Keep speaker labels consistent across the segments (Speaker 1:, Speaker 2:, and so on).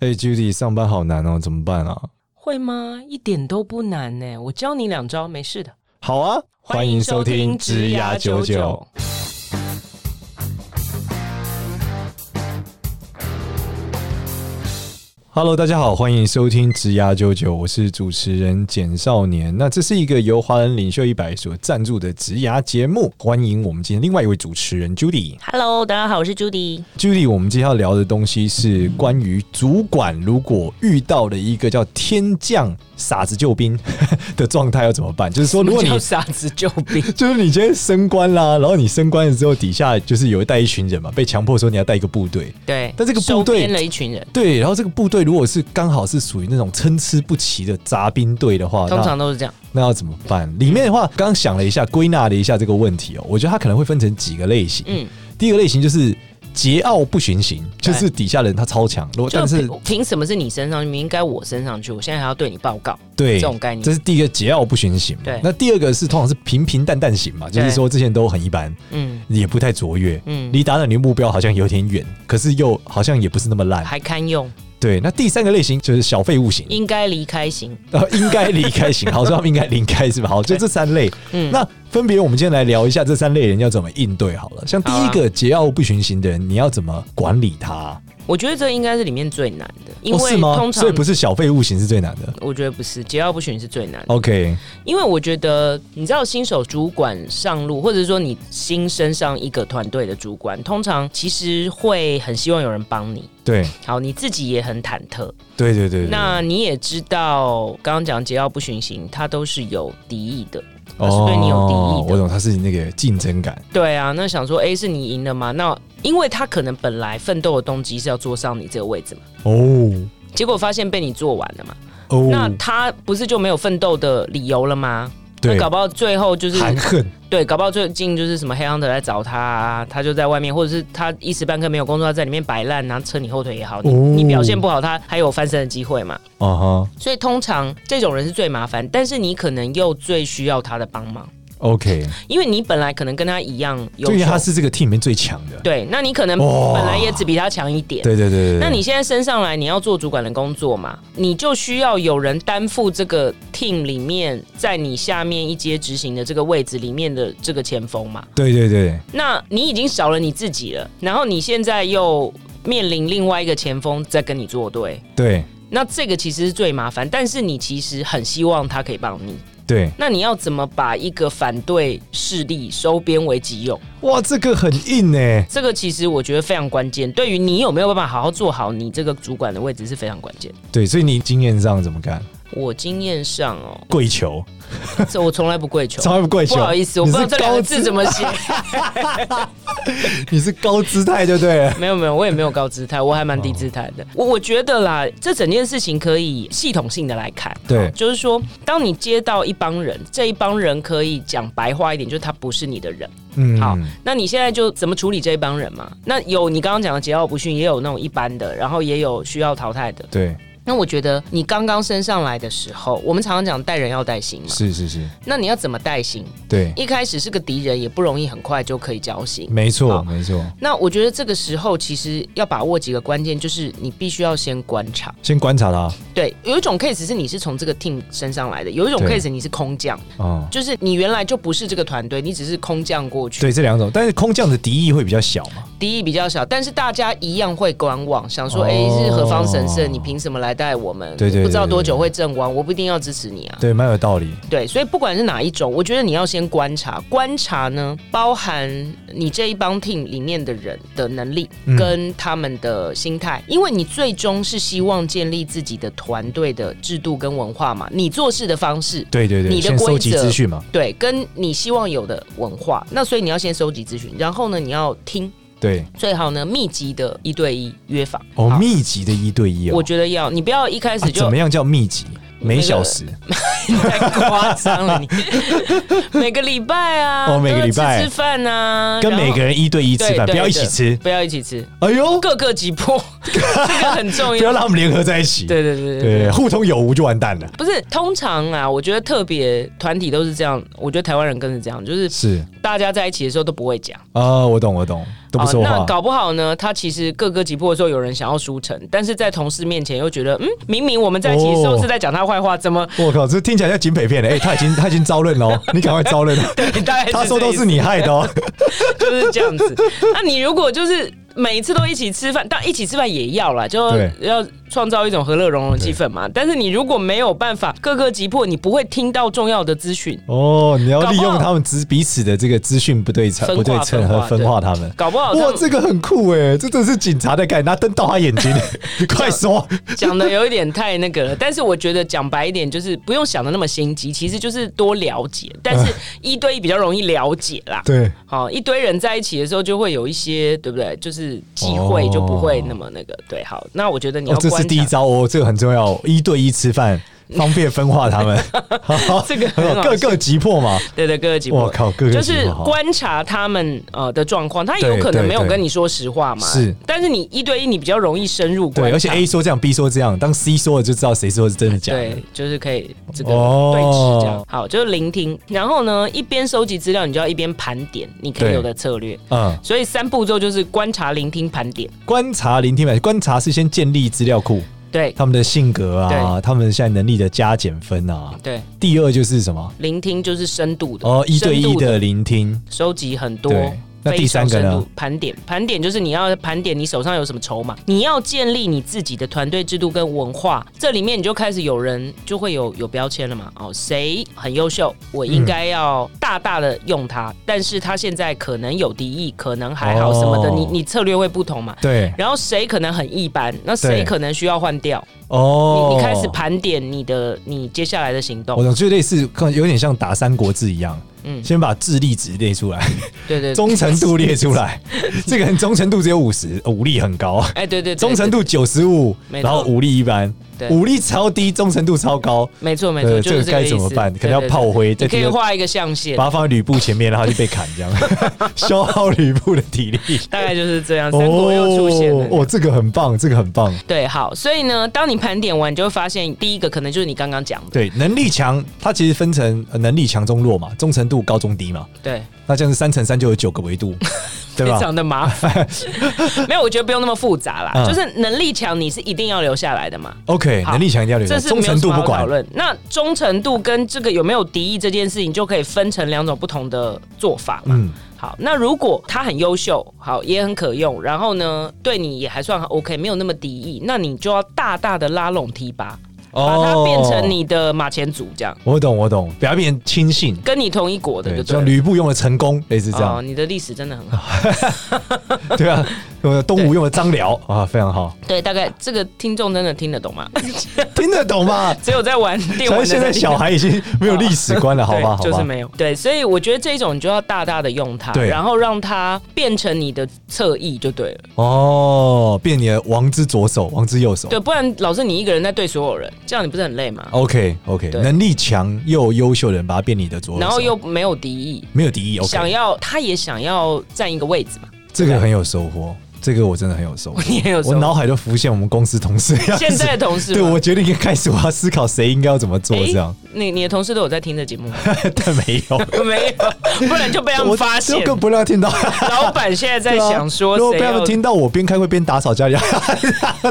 Speaker 1: 哎、j u d y 上班好难哦，怎么办啊？
Speaker 2: 会吗？一点都不难呢、我教你两招，没事的。
Speaker 1: 好啊，欢迎收听《职涯九九》。Hello，大家好，欢迎收听《职涯九九》，我是主持人简少年。那这是一个由华人领袖一百所赞助的职涯节目，欢迎我们今天另外一位主持人 Judy。
Speaker 3: Hello，大家好，我是 Judy。
Speaker 1: Judy，我们今天要聊的东西是关于主管如果遇到了一个叫“天降傻子救兵” 的状态要怎么办？就是哦说，如果你
Speaker 2: 什么叫傻子救 兵，
Speaker 1: 就是你今天升官啦，然后你升官了之后，底下就是有带一群人嘛，被强迫说你要带一个部队。
Speaker 2: 对，
Speaker 1: 但这个部
Speaker 2: 收
Speaker 1: 队
Speaker 2: 编了一群人，
Speaker 1: 对，然后这个部队如果是刚好是属于那种参差不齐的杂兵队的话，
Speaker 2: 通
Speaker 1: 那
Speaker 2: 常都是这样。
Speaker 1: 那要怎么办？里面的话，刚想了一下，归纳了一下这个问题哦，我觉得它可能会分成几个类型。
Speaker 2: 嗯，
Speaker 1: 第一个类型就是桀骜不驯型，就是底下人他超强，如果
Speaker 2: 就
Speaker 1: 哦但是
Speaker 2: 凭凭什么是你身上去，明明该我身上去，我现在还要对你报告，
Speaker 1: 对
Speaker 2: 这种概念
Speaker 1: 这是第一个桀骜不驯型嘛。
Speaker 2: 对
Speaker 1: 那第二个是通常是平平淡淡型嘛，就是
Speaker 2: 对
Speaker 1: 说之前都很一般，
Speaker 2: 嗯
Speaker 1: 也不太卓越，
Speaker 2: 嗯，
Speaker 1: 离达到你的目标好像有点远，可是又好像也不是那么烂。
Speaker 2: 还堪用，
Speaker 1: 对，那第三个类型就是小废物型，
Speaker 2: 应该离开型。
Speaker 1: 呃， 应该离开型，好，所以 他们应该离开是吧？好，就这三类。
Speaker 2: 嗯，
Speaker 1: 那分别我们今天来聊一下这三类人要怎么应对好了。像第
Speaker 2: 啊
Speaker 1: 一个桀骜不驯型的人，你要怎么管理他？
Speaker 2: 我觉得这应该是里面最难的，因
Speaker 1: 哦、
Speaker 2: 为
Speaker 1: 是吗？
Speaker 2: 通
Speaker 1: 所以
Speaker 2: 常
Speaker 1: 不是小废物型是最难的。
Speaker 2: 我觉得不是桀骜不驯是最难的。
Speaker 1: OK，
Speaker 2: 因为我觉得，你知道，新手主管上路，或者说你新升上一个团队的主管，通常其实会很希望有人帮你。
Speaker 1: 对，
Speaker 2: 好，你自己也很忐忑，
Speaker 1: 对对对对。
Speaker 2: 那你也知道，刚刚讲桀骜不驯型，他都是有敌意的，他是对你有敌
Speaker 1: 哦
Speaker 2: 意的。
Speaker 1: 我懂，他是那个竞争感。
Speaker 2: 对啊，那想说，哎，是你赢了吗？那因为他可能本来奋斗的动机是要坐上你这个位置嘛，
Speaker 1: 哦
Speaker 2: 结果发现被你做完了嘛，
Speaker 1: 哦，
Speaker 2: 那他不是就没有奋斗的理由了吗？
Speaker 1: 对
Speaker 2: 那搞不好最后就是
Speaker 1: 含恨，
Speaker 2: 对，搞不好最近就是什么黑 hunter 来找他、啊，他就在外面，或者是他一时半刻没有工作，他在里面摆烂，然后扯你后腿也好，你、
Speaker 1: 哦
Speaker 2: 你表现不好，他还有翻身的机会嘛。
Speaker 1: 啊哈
Speaker 2: 所以通常这种人是最麻烦，但是你可能又最需要他的帮忙，
Speaker 1: ，OK，
Speaker 2: 因为你本来可能跟他一样
Speaker 1: 就
Speaker 2: 优
Speaker 1: 因为
Speaker 2: 秀
Speaker 1: 他，是这个 team 里面最强的。
Speaker 2: 对，那你可能
Speaker 1: 哇
Speaker 2: 本来也只比他强一点。
Speaker 1: 对对对对对。
Speaker 2: 那你现在升上来，你要做主管的工作嘛，你就需要有人担负这个 team 里面，在你下面一阶执行的这个位置里面的这个前锋嘛。
Speaker 1: 对对对，
Speaker 2: 那你已经少了你自己了，然后你现在又面临另外一个前锋在跟你作对，
Speaker 1: 对
Speaker 2: 那这个其实是最麻烦，但是你其实很希望他可以帮你。
Speaker 1: 对，
Speaker 2: 那你要怎么把一个反对势力收编为己有？
Speaker 1: 哇，这个很硬呢。
Speaker 2: 这个其实我觉得非常关键，对于你有没有办法好好做好你这个主管的位置是非常关键。
Speaker 1: 对，所以你经验上怎么干？，
Speaker 2: 我经验上哦
Speaker 1: 跪求，
Speaker 2: 这我从来不 跪求，
Speaker 1: 从来不跪求。
Speaker 2: 不好意思，我不知道
Speaker 1: 你
Speaker 2: 这
Speaker 1: 是
Speaker 2: 两
Speaker 1: 高
Speaker 2: 个字
Speaker 1: 姿，
Speaker 2: 怎么写。
Speaker 1: 你是高姿态就对了。
Speaker 2: 没有没有，我也没有高姿态，我还蛮低姿态
Speaker 1: 哦
Speaker 2: 的。我我觉得啦，这整件事情可以系统性的来看，
Speaker 1: 对
Speaker 2: 就是说，当你接到一帮人，这一帮人可以讲白话一点，就是他不是你的人。
Speaker 1: 嗯，
Speaker 2: 好那你现在就怎么处理这一帮人嘛？那有你刚刚讲的桀骜不驯，也有那种一般的，然后也有需要淘汰的。
Speaker 1: 对，
Speaker 2: 那我觉得你刚刚升上来的时候，我们常常讲带人要带心嘛，
Speaker 1: 是是是，
Speaker 2: 那你要怎么带心？
Speaker 1: 对，
Speaker 2: 一开始是个敌人，也不容易很快就可以交心。
Speaker 1: 没错
Speaker 2: 好
Speaker 1: 没错。
Speaker 2: 那我觉得这个时候其实要把握几个关键，就是你必须要先观察。
Speaker 1: 先观察他
Speaker 2: 对，有一种 case 是你是从这个 team 身上来的，有一种
Speaker 1: 对
Speaker 2: case 你是空降，
Speaker 1: 哦。
Speaker 2: 就是你原来就不是这个团队，你只是空降过去，
Speaker 1: 对，这两种，但是空降的敌意会比较小嘛。
Speaker 2: 敌意比较小，但是大家一样会观望，想说，哎、
Speaker 1: 哦
Speaker 2: 是何方神圣？你凭什么来带我们？
Speaker 1: 对对对
Speaker 2: 不知道多
Speaker 1: 对对
Speaker 2: 久会阵亡，我不一定要支持你啊。
Speaker 1: 对，蛮有道理。
Speaker 2: 对，所以不管是哪一种，我觉得你要先观察，观察呢，包含你这一帮 team 里面的人的能力
Speaker 1: 嗯
Speaker 2: 跟他们的心态，因为你最终是希望建立自己的团队的制度跟文化嘛，你做事的方式。
Speaker 1: 对对对，
Speaker 2: 你的
Speaker 1: 先收集
Speaker 2: 规则
Speaker 1: 资讯嘛。
Speaker 2: 对，跟你希望有的文化，那所以你要先收集资讯，然后呢，你要听，
Speaker 1: 对，
Speaker 2: 最好呢密集的一对一约访。
Speaker 1: 哦，
Speaker 2: 好
Speaker 1: 密集的一对一哦。
Speaker 2: 我觉得要，你不要一开
Speaker 1: 啊
Speaker 2: 始就
Speaker 1: 怎么样叫密集？每
Speaker 2: 那个
Speaker 1: 小时
Speaker 2: 太夸张 了你，每个礼拜啊，
Speaker 1: 哦每个礼拜
Speaker 2: 都要吃吃饭啊，
Speaker 1: 跟每
Speaker 2: 然后
Speaker 1: 个人一对一吃
Speaker 2: 对
Speaker 1: 饭，
Speaker 2: 对
Speaker 1: 不要一起
Speaker 2: 对
Speaker 1: 吃。
Speaker 2: 不要一起吃，
Speaker 1: 哎呦，
Speaker 2: 各个击破。这个很重
Speaker 1: 不要
Speaker 2: 要。
Speaker 1: 让他们联合在一起。
Speaker 2: 对对对对对。
Speaker 1: 对，互通有无就完蛋了。
Speaker 2: 不是，通常啊，我觉得特别团体都是这样，我觉得台湾人更是这样，就是
Speaker 1: 是
Speaker 2: 大家在一起的时候都不会讲，
Speaker 1: 啊，我懂，我懂，都不说
Speaker 2: 哦那
Speaker 1: 话。
Speaker 2: 搞不好呢，他其实各个击破的时候，有人想要输诚，但是在同事面前又觉得，嗯，明明我们在一起的时候
Speaker 1: 哦
Speaker 2: 是在讲他坏话，怎么
Speaker 1: 我靠，这听起来像警匪片的。哎，他已 经他已经招认了哦，你赶快招认 哦。
Speaker 2: 大概
Speaker 1: 他说
Speaker 2: 这
Speaker 1: 都
Speaker 2: 意思
Speaker 1: 是你害的哦。
Speaker 2: 就是这样子。那你如果就是每一次都一起吃饭，但一起吃饭也要啦，就
Speaker 1: 对
Speaker 2: 要创造一种和乐融融的气氛嘛。但是你如果没有办法各个击破，你不会听到重要的资讯。
Speaker 1: 哦，你要利
Speaker 2: 搞不
Speaker 1: 用
Speaker 2: 好
Speaker 1: 他们资彼此的这个资讯不对称、
Speaker 2: 分化
Speaker 1: 不对称和分
Speaker 2: 分
Speaker 1: 化
Speaker 2: 化
Speaker 1: 他们。
Speaker 2: 搞不好
Speaker 1: 哇，
Speaker 2: 他
Speaker 1: 这个很酷哎，这真的是警察在干，拿灯照他眼睛，欸 快说。
Speaker 2: 讲的有一点太那个了，但是我觉得讲白一点，就是不用想的那么心急，其实就是多了解，但是一对一比较容易了解啦。
Speaker 1: 嗯对，
Speaker 2: 好、一堆人在一起的时候，就会有一些，对不对？就是忌讳，
Speaker 1: 哦
Speaker 2: 就不会那么那个。对，好，那我觉得你
Speaker 1: 哦
Speaker 2: 要，
Speaker 1: 这是
Speaker 2: 观
Speaker 1: 第一
Speaker 2: 察，
Speaker 1: 招哦，这个很重要，一对一吃饭。方便分化他们，
Speaker 2: 这个很好
Speaker 1: 各各击破嘛，
Speaker 2: 对对，各个击
Speaker 1: 我
Speaker 2: 破。
Speaker 1: 靠，各个
Speaker 2: 就是
Speaker 1: 击破好
Speaker 2: 观察他们呃的状况，他有
Speaker 1: 对
Speaker 2: 可能
Speaker 1: 对
Speaker 2: 没有
Speaker 1: 对
Speaker 2: 跟你说实话嘛，
Speaker 1: 是
Speaker 2: 但是你一对一，你比较容易深入观
Speaker 1: 对，
Speaker 2: 察，
Speaker 1: 而且 A 说这样，B 说这样，当 C 说了就知道谁说的是真的假的
Speaker 2: 对，就是可以这个
Speaker 1: 哦
Speaker 2: 对峙这样。好，就是聆听，然后呢，一边收集资料，你就要一边盘点你可
Speaker 1: 对
Speaker 2: 以有的策略。
Speaker 1: 嗯，
Speaker 2: 所以三步骤就是观察、聆听、盘点。
Speaker 1: 观察、聆听版，观察是先建立资料库，
Speaker 2: 对
Speaker 1: 他们的性格啊，
Speaker 2: 对
Speaker 1: 他们现在能力的加减分啊。
Speaker 2: 对，
Speaker 1: 第二就是什么？
Speaker 2: 聆听就是深度的
Speaker 1: 哦，一对
Speaker 2: 深
Speaker 1: 一
Speaker 2: 度
Speaker 1: 的聆听，
Speaker 2: 收集很多
Speaker 1: 对。那
Speaker 2: 非
Speaker 1: 第
Speaker 2: 常
Speaker 1: 三个呢
Speaker 2: 深度？盘点，盘点就是你要盘点你手上有什么筹码，你要建立你自己的团队制度跟文化。这里面你就开始有人就会有有标签了嘛？哦，谁很优秀，我应该要大大的用他，但是他现在可能有敌意，可能还好什么的，
Speaker 1: 哦
Speaker 2: 你你策略会不同嘛？
Speaker 1: 对，
Speaker 2: 然后谁可能很一般，那
Speaker 1: 对
Speaker 2: 谁可能需要换掉？
Speaker 1: 哦，
Speaker 2: 你你开始盘点你的你接下来的行动
Speaker 1: 我。懂，就类似，看有点像打三国志一样，
Speaker 2: 嗯，
Speaker 1: 先把智力值列 出来，
Speaker 2: 对对对，
Speaker 1: 忠诚度列出 来，这个人忠诚度只有五十，武力很高。
Speaker 2: 哎对对，对
Speaker 1: 忠诚度九十五，
Speaker 2: 没
Speaker 1: 然
Speaker 2: 错
Speaker 1: 后武力一般，
Speaker 2: 对
Speaker 1: 武力超低，忠诚度超高，
Speaker 2: 没错没
Speaker 1: 呃
Speaker 2: 哎错，就
Speaker 1: 这个
Speaker 2: 是这个
Speaker 1: 该
Speaker 2: 意
Speaker 1: 怎么
Speaker 2: 思
Speaker 1: 办可能要
Speaker 2: 对对对
Speaker 1: 炮灰在
Speaker 2: 你可
Speaker 1: 这
Speaker 2: 以
Speaker 1: 个
Speaker 2: 画一个象限，
Speaker 1: 把它放在吕布前面，然后就被砍，这样 消耗吕布的体力。
Speaker 2: 大概就是这样。三国又出现了。
Speaker 1: 哦，这个很棒，这个很棒。
Speaker 2: 对，好，所以呢，当你盘点完，你就会发现，第一个可能就是你刚刚讲的，
Speaker 1: 对，能力强，它其实分成呃能力强中弱嘛，忠诚度高中低嘛。
Speaker 2: 对，
Speaker 1: 那这样子三乘三就有九个维度，对
Speaker 2: 非
Speaker 1: 吧？
Speaker 2: 常的麻烦。 没有，我觉得不用那么复杂啦，
Speaker 1: 嗯
Speaker 2: 就是能力强，你是一定要留下来的嘛。
Speaker 1: OK，
Speaker 2: 好
Speaker 1: 能力强一定要留下
Speaker 2: 这
Speaker 1: 来，
Speaker 2: 是
Speaker 1: 忠
Speaker 2: 没有
Speaker 1: 诚
Speaker 2: 什
Speaker 1: 度
Speaker 2: 么
Speaker 1: 不
Speaker 2: 好讨
Speaker 1: 管。
Speaker 2: 论。那忠诚度跟这个有没有敌意这件事情，就可以分成两种不同的做法嘛。
Speaker 1: 嗯，
Speaker 2: 好，那如果他很优秀，好也很可用，然后呢对你也还算很 OK，没有那么敌意，那你就要大大的拉拢提拔，把它变成。你的马前卒这样。
Speaker 1: 哦我懂，我懂，不要变轻信。
Speaker 2: 跟你同一国的
Speaker 1: 对，
Speaker 2: 就
Speaker 1: 像
Speaker 2: 对了。
Speaker 1: 吕布用的成功，类似这
Speaker 2: 哦，
Speaker 1: 样，
Speaker 2: 你的历史真的 很好。哦
Speaker 1: 对 啊。呃，东吴用的张辽啊，非常好，
Speaker 2: 对，大概这个听众真的听得懂吗？
Speaker 1: 听得懂吧？
Speaker 2: 只有在 玩电玩
Speaker 1: 所
Speaker 2: 的
Speaker 1: 以现在
Speaker 2: 才听得
Speaker 1: 小孩已经没有历史 观了，好吧？好
Speaker 2: 对就是
Speaker 1: 吧。
Speaker 2: 没有。对，所以我觉得这一种你就要大大的用它，
Speaker 1: 对
Speaker 2: 然后让它变成你的侧翼就对了。
Speaker 1: 哦，变你的王之左手，王之右手。
Speaker 2: 对，不然老是你一个人在对所有人，这样你不是很累吗？
Speaker 1: OK OK，
Speaker 2: 对
Speaker 1: 能力强又优秀的人，把他变你的左手，
Speaker 2: 然后又没有敌意，
Speaker 1: 没有敌意。
Speaker 2: 想
Speaker 1: OK，
Speaker 2: 要他也想要占一个位置 嘛，
Speaker 1: 这个很有收获，这个我真的很有收获。
Speaker 2: 你也有时
Speaker 1: 我
Speaker 2: 候。
Speaker 1: 脑海都浮现我们公司同事的样子
Speaker 2: 现在的同事
Speaker 1: 对
Speaker 2: 吗
Speaker 1: 我决定开始我要思考谁应该要怎么做
Speaker 2: 诶
Speaker 1: 这样，
Speaker 2: 你你的同事都有在听这节目吗？
Speaker 1: 但没有。
Speaker 2: 没有，不然就被他们
Speaker 1: 我
Speaker 2: 哎 发现
Speaker 1: 就。更不让他听到，
Speaker 2: 老板现在在
Speaker 1: 对啊
Speaker 2: 想说
Speaker 1: 如果
Speaker 2: 谁
Speaker 1: 被他
Speaker 2: 要
Speaker 1: 们听到我边开会边打扫 家里，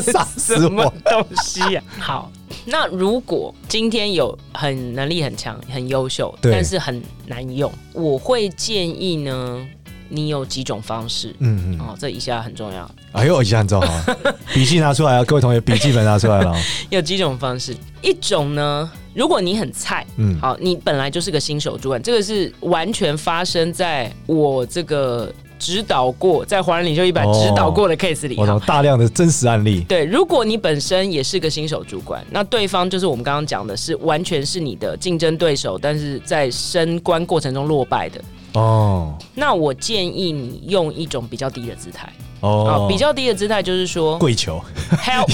Speaker 1: 杀死
Speaker 2: 什么
Speaker 1: 我。
Speaker 2: 东西 呀、好，那如果今天有很能力很强、很优秀，
Speaker 1: 对
Speaker 2: 但是很难用，我会建议呢，你有几种方式。
Speaker 1: 嗯嗯，
Speaker 2: 哦，这一下很重要，
Speaker 1: 哎呦，一下很重要， 笔记拿出来啊，各位同学，笔记本拿出来了啊。
Speaker 2: 有几种方式。一种呢，如果你很菜，
Speaker 1: 嗯，
Speaker 2: 好，你本来就是个新手主管，这个是完全发生在我这个指导过，在华人领袖一百
Speaker 1: 哦
Speaker 2: 指导过的 case 里。
Speaker 1: 我
Speaker 2: 哈
Speaker 1: 懂大量的真实案例。
Speaker 2: 对，如果你本身也是个新手主管，那对方就是我们刚刚讲的是完全是你的竞争对手，但是在升官过程中落败的。
Speaker 1: 哦
Speaker 2: 那我建议你用一种比较低的姿态啊、
Speaker 1: 哦，
Speaker 2: 比较低的姿态就是说
Speaker 1: 跪 求，
Speaker 2: ，help，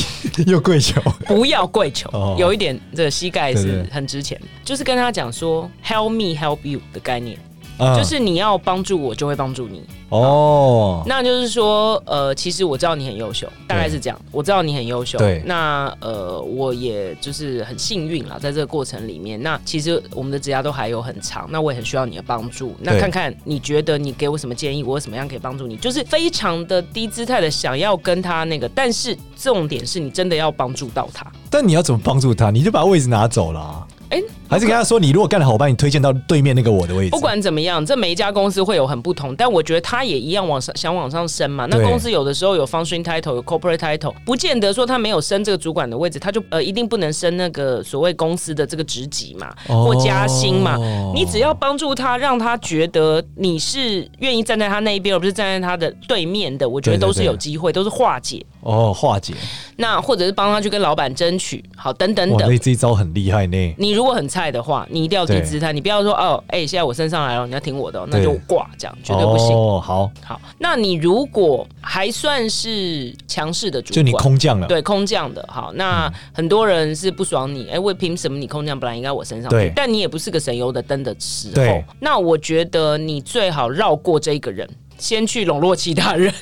Speaker 1: 又跪求。
Speaker 2: 不要跪求，
Speaker 1: 哦
Speaker 2: 有一点这个膝盖
Speaker 1: 对
Speaker 2: 是
Speaker 1: 对
Speaker 2: 很值钱的，就是跟他讲说 help me help you 的概念。
Speaker 1: 嗯
Speaker 2: 就是你要帮助我，就会帮助你。
Speaker 1: 哦，
Speaker 2: 那就是说，呃，其实我知道你很优秀，大概是这样。我知道你很优秀，
Speaker 1: 对
Speaker 2: 那呃，我也就是很幸运啦，在这个过程里面，那其实我们的职涯都还有很长，那我也很需要你的帮助。那
Speaker 1: 对
Speaker 2: 看看你觉得你给我什么建议，我有什么样可以帮助你，就是非常的低姿态的想要跟他那个，但是重点是你真的要帮助到他。
Speaker 1: 但你要怎么帮助他？你就把位置拿走了、啊。
Speaker 2: 哎
Speaker 1: 还是跟他说，你如果干得好，我把你推荐到对面那个我的位置。
Speaker 2: 不管怎么样，这每一家公司会有很不同，但我觉得他也一样往上想往上升嘛。那
Speaker 1: 对
Speaker 2: 公司有的时候有 function title，有 corporate title，不见得说他没有升这个主管的位置，他就呃一定不能升那个所谓公司的这个职级嘛，
Speaker 1: 哦
Speaker 2: 或加薪嘛。你只要帮助他，让他觉得你是愿意站在他那一边，而不是站在他的对面的，我觉得
Speaker 1: 对对
Speaker 2: 都是
Speaker 1: 对
Speaker 2: 有机会，都是化解。
Speaker 1: 哦化解，
Speaker 2: 那或者是帮他去跟老板争取，好，等等
Speaker 1: 哇，
Speaker 2: 等
Speaker 1: 那。这一招很厉害呢。
Speaker 2: 你如果很菜的话，你一定要低姿态，你不要说哦，哎、现在我升上来了，你要听我的哦、那就
Speaker 1: 对
Speaker 2: 挂，这样绝对不行。
Speaker 1: 哦，好，
Speaker 2: 好，那你如果还算是强势的主
Speaker 1: 就
Speaker 2: 管，
Speaker 1: 你空降嗯了。
Speaker 2: 对空降的，好，那很多人是不爽你，哎、为凭什么你空降本来应该我身上
Speaker 1: 对
Speaker 2: 去，但你也不是个省油的灯的时候
Speaker 1: 对，
Speaker 2: 那我觉得你最好绕过这一个人。先去笼络其他 人，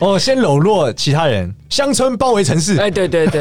Speaker 1: 哦，先笼络其他人，乡村包围城市。
Speaker 2: 哎，对对对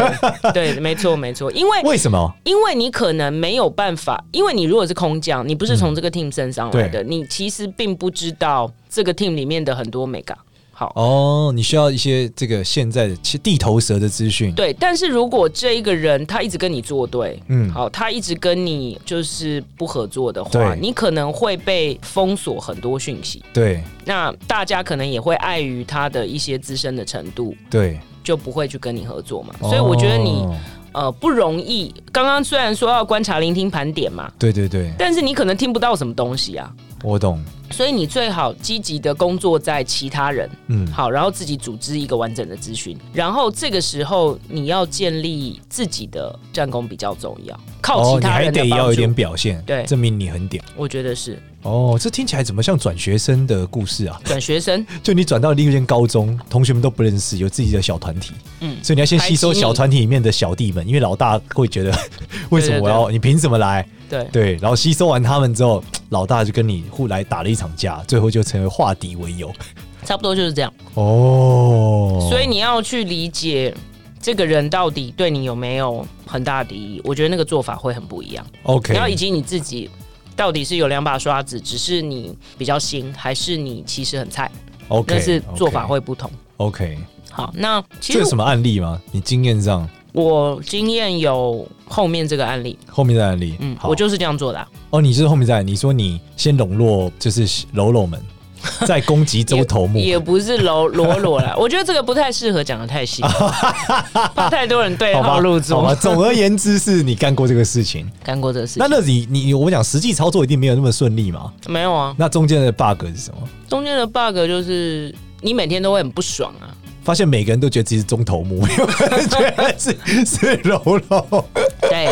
Speaker 2: 对，没错没错，因为
Speaker 1: 为什么？
Speaker 2: 因为你可能没有办法，因为你如果是空降，你不是从这个 team 身上来的，你其实并不知道这个 team 里面的很多 mega。好，
Speaker 1: 哦，你需要一些这个现在的其地头蛇的资讯。
Speaker 2: 对，但是如果这一个人他一直跟你作对，
Speaker 1: 嗯
Speaker 2: 嗯，好，他一直跟你就是不合作的话，
Speaker 1: 对
Speaker 2: 你可能会被封锁很多讯息。
Speaker 1: 对
Speaker 2: 那大家可能也会碍于他的一些自身的程度，
Speaker 1: 对，
Speaker 2: 就不会去跟你合作嘛。所以我觉得你、
Speaker 1: 哦
Speaker 2: 呃不容易。刚刚虽然说要观察、聆听、盘点嘛，
Speaker 1: 对对对，
Speaker 2: 但是你可能听不到什么东西啊。
Speaker 1: 我懂。
Speaker 2: 所以你最好积极的工作在其他人
Speaker 1: 嗯，
Speaker 2: 好，然后自己组织一个完整的咨询，然后这个时候你要建立自己的战功比较重要，靠
Speaker 1: 哦，
Speaker 2: 其
Speaker 1: 你
Speaker 2: 他
Speaker 1: 还
Speaker 2: 人的
Speaker 1: 得要
Speaker 2: 帮
Speaker 1: 有
Speaker 2: 助。
Speaker 1: 点表现，
Speaker 2: 对
Speaker 1: 证明你很屌。
Speaker 2: 我觉得是
Speaker 1: 哦，这听起来怎么像转学生的故事啊？
Speaker 2: 转学 生，
Speaker 1: 就你转到另一间高中，同学们都不认识，有自己的小团体，
Speaker 2: 嗯，
Speaker 1: 所以你要先吸收
Speaker 2: 排挤你
Speaker 1: 小团体里面的小弟们，因为老大会觉得 为什么我要你凭什么来？
Speaker 2: 对。
Speaker 1: 对，然后吸收完他们之后，老大就跟你互来打了一场架，最后就成为化敌为友。
Speaker 2: 差不多就是这样，
Speaker 1: 哦，
Speaker 2: 所以你要去理解这个人到底对你有没有很大的敌意，我觉得那个做法会很不一样。
Speaker 1: OK，
Speaker 2: 然后以及你自己到底是有两把刷子，只是你比较新，还是你其实很菜，
Speaker 1: OK，
Speaker 2: 但是做法会不同。
Speaker 1: OK。
Speaker 2: 好，那其
Speaker 1: 这有什
Speaker 2: 实
Speaker 1: 么案例吗？你经验上
Speaker 2: 我经验有后面这个案例，
Speaker 1: 后面的案例，
Speaker 2: 嗯，
Speaker 1: 好，
Speaker 2: 我就是这样做的啊、
Speaker 1: 哦，你就是后面在，你说你先笼络就是喽啰 们，再攻击周头目，
Speaker 2: 也不是裸裸裸啦。 我觉得这个不太适合讲 的太细，怕太多人对
Speaker 1: 好吧
Speaker 2: 号入，
Speaker 1: 好
Speaker 2: 座
Speaker 1: 吧。。总而言之，是你干过这个事 情。
Speaker 2: 干过这个事
Speaker 1: 那
Speaker 2: 情
Speaker 1: 那你你我们讲实际操作一定没有那么顺利嘛？
Speaker 2: 没有啊？
Speaker 1: 那中间的 bug 是什么？
Speaker 2: 中间的 bug 就是你每天都会很不爽啊。
Speaker 1: 发现每个人都觉得自己是中头目，没有 人觉得是是喽啰。
Speaker 2: 对，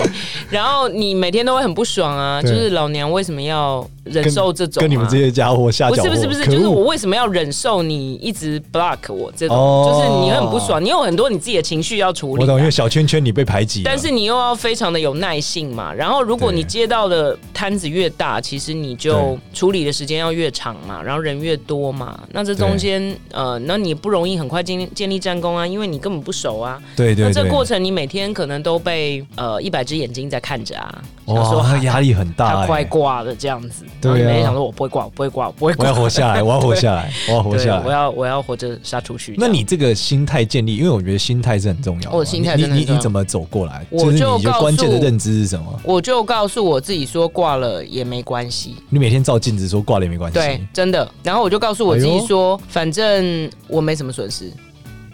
Speaker 2: 然后你每天都会很不爽啊，就
Speaker 1: 对
Speaker 2: 是老娘为什么要忍受这种、啊
Speaker 1: 跟你们这些家伙下
Speaker 2: 不
Speaker 1: 脚
Speaker 2: 是
Speaker 1: 货，
Speaker 2: 不是不是，
Speaker 1: 可
Speaker 2: 就是
Speaker 1: 恶
Speaker 2: 我为什么要忍受你一直 block 我这种？
Speaker 1: 哦
Speaker 2: 就是你很不爽，你有很多你自己的情绪要处理
Speaker 1: 我
Speaker 2: 啊、
Speaker 1: 懂，因为小圈圈你被排挤了，
Speaker 2: 但是你又要非常的有耐性嘛。然后如果
Speaker 1: 对
Speaker 2: 你接到的摊子越大，其实你就
Speaker 1: 对
Speaker 2: 处理的时间要越长嘛，然后人越多嘛。那这中间呃，那你也不容易很快建建立战功啊，因为你根本不熟啊。
Speaker 1: 对对
Speaker 2: 那
Speaker 1: 对，
Speaker 2: 这过程你每天可能都被呃一百只眼睛在看着啊，想说
Speaker 1: 哇，压力很大、
Speaker 2: 他
Speaker 1: 欸，
Speaker 2: 快挂了这样子，
Speaker 1: 对啊
Speaker 2: 然后你每天想说我不会挂，我不会挂，我不会
Speaker 1: 我
Speaker 2: 挂，
Speaker 1: 要活下来，我要活下来， 我要活
Speaker 2: 对
Speaker 1: 下来
Speaker 2: 我。要我要活着杀出去。
Speaker 1: 那你这个心态建立，因为我觉得心态是很重要的嘛。
Speaker 2: 我哦心态
Speaker 1: 你
Speaker 2: 真的
Speaker 1: 你
Speaker 2: 很重
Speaker 1: 你
Speaker 2: 要
Speaker 1: 怎么走过来？
Speaker 2: 我
Speaker 1: 就是
Speaker 2: 就
Speaker 1: 你就
Speaker 2: 告
Speaker 1: 关键的
Speaker 2: 诉
Speaker 1: 认知是什么？
Speaker 2: 我就告诉我自己说挂了也没关系，
Speaker 1: 你每天照镜子说挂了也没关系。
Speaker 2: 对，真的。然后我就告诉我自
Speaker 1: 哎
Speaker 2: 己
Speaker 1: 呦
Speaker 2: 说，反正我没什么损失，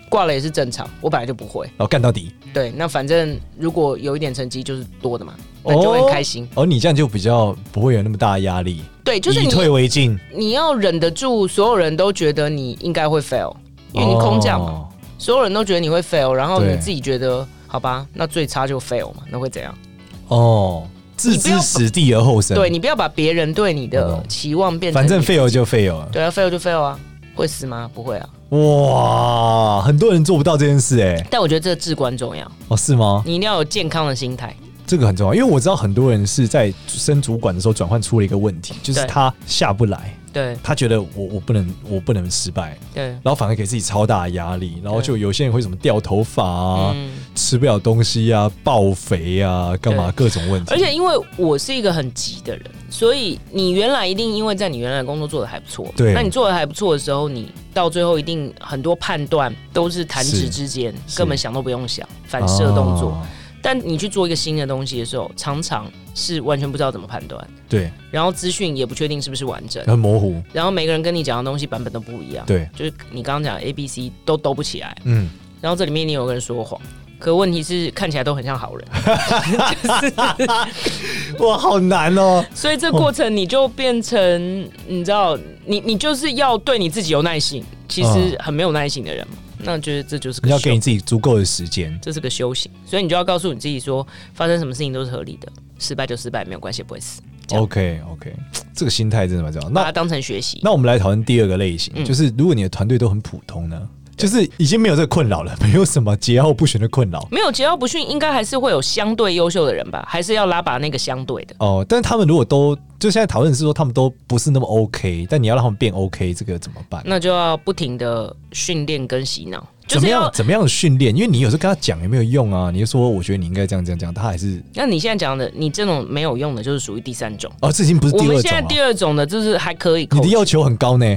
Speaker 2: 挂了也是正常，我本来就不会。
Speaker 1: 然后干到底。
Speaker 2: 对，那反正如果有一点成绩就是多的嘛，那就会很开心。
Speaker 1: 哦，你这样就比较不会有那么大的压力，
Speaker 2: 对，就是
Speaker 1: 以
Speaker 2: 你
Speaker 1: 退为进，
Speaker 2: 你要忍得住，所有人都觉得你应该会 fail，因为你空降嘛，
Speaker 1: 哦
Speaker 2: 所有人都觉得你会 fail，然后
Speaker 1: 对
Speaker 2: 你自己觉得好吧，那最差就 fail 嘛，那会怎样？
Speaker 1: 哦，置
Speaker 2: 你不要
Speaker 1: 之死地而后生。
Speaker 2: 对，你不要把别人对你
Speaker 1: 我
Speaker 2: 的
Speaker 1: 懂
Speaker 2: 期望变成
Speaker 1: 反
Speaker 2: 你，
Speaker 1: 正 fail 就 fail 了。
Speaker 2: 对啊，fail 就 fail 啊，会死吗？不会啊，
Speaker 1: 哇，很多人做不到这件事哎、
Speaker 2: 但我觉得这至关重要，
Speaker 1: 哦，是吗？
Speaker 2: 你一定要有健康的心态。
Speaker 1: 这个很重要，因为我知道很多人是在升主管的时候转换出了一个问题，就是
Speaker 2: 对
Speaker 1: 他下不来，
Speaker 2: 对
Speaker 1: 他觉得我我不能我不能失败，
Speaker 2: 对，
Speaker 1: 然后反而给自己超大的压力，然后
Speaker 2: 对
Speaker 1: 就有些人会什么掉头发啊、
Speaker 2: 嗯。
Speaker 1: 吃不了东西啊、爆肥啊、干嘛各种问题，
Speaker 2: 而且因为我是一个很急的人，所以你原来一定因为在你原来的工作做的还不错嘛，
Speaker 1: 对
Speaker 2: 那你做的还不错的时候，你到最后一定很多判断都是弹指
Speaker 1: 是
Speaker 2: 之间，
Speaker 1: 是
Speaker 2: 根本想都不用想，反射动作。
Speaker 1: 啊
Speaker 2: 但你去做一个新的东西的时候，常常是完全不知道怎么判断，
Speaker 1: 对，
Speaker 2: 然后资讯也不确定是不是完整，
Speaker 1: 很模糊，
Speaker 2: 然后每个人跟你讲的东西版本都不一样，
Speaker 1: 对，
Speaker 2: 就是你刚刚讲 A、B、C 都兜不起来，
Speaker 1: 嗯，
Speaker 2: 然后这里面你有个人说谎，可问题是看起来都很像好 人，
Speaker 1: 哇，好难哦，
Speaker 2: 所以这过程你就变成，你知道，你你就是要对你自己有耐心，其实很没有耐心的人嘛，
Speaker 1: 哦
Speaker 2: 那就是这就是个
Speaker 1: 你要
Speaker 2: 修
Speaker 1: 给你自己足够的时间，
Speaker 2: 这是个修行，所以你就要告诉你自己说，发生什么事情都是合理的，失败就失败，没有关系，不会死，这样
Speaker 1: OK OK，这个心态真的蛮重要。
Speaker 2: 把它
Speaker 1: 那
Speaker 2: 当成学习。
Speaker 1: 那我们来讨论第二个类型，
Speaker 2: 嗯
Speaker 1: 就是如果你的团队都很普通呢，就是已经没有这个困扰了， 没有什么桀骜不驯的困扰。
Speaker 2: 没有桀骜不驯，应该还是会有相对优秀的人吧，还是要拉拔那个相对的。
Speaker 1: 哦，但是他们如果都就现在讨论是说他们都不是那么 OK，但你要让他们变 OK，这个怎么办？
Speaker 2: 那就要不停的训练跟洗脑，
Speaker 1: 怎
Speaker 2: 就是
Speaker 1: 么样
Speaker 2: 要。
Speaker 1: 怎么样训练？因为你有时候跟他讲也没有用啊，你就说我觉得你应该这样这样这样，他还是
Speaker 2: 那你现在讲的，你这种没有用的，就是属于第三种。
Speaker 1: 哦，这已经不是
Speaker 2: 我
Speaker 1: 第
Speaker 2: 们
Speaker 1: 二
Speaker 2: 现
Speaker 1: 种
Speaker 2: 在
Speaker 1: 了、
Speaker 2: 第二种的，就是还可以
Speaker 1: 你的
Speaker 2: coach，
Speaker 1: 要求很高呢，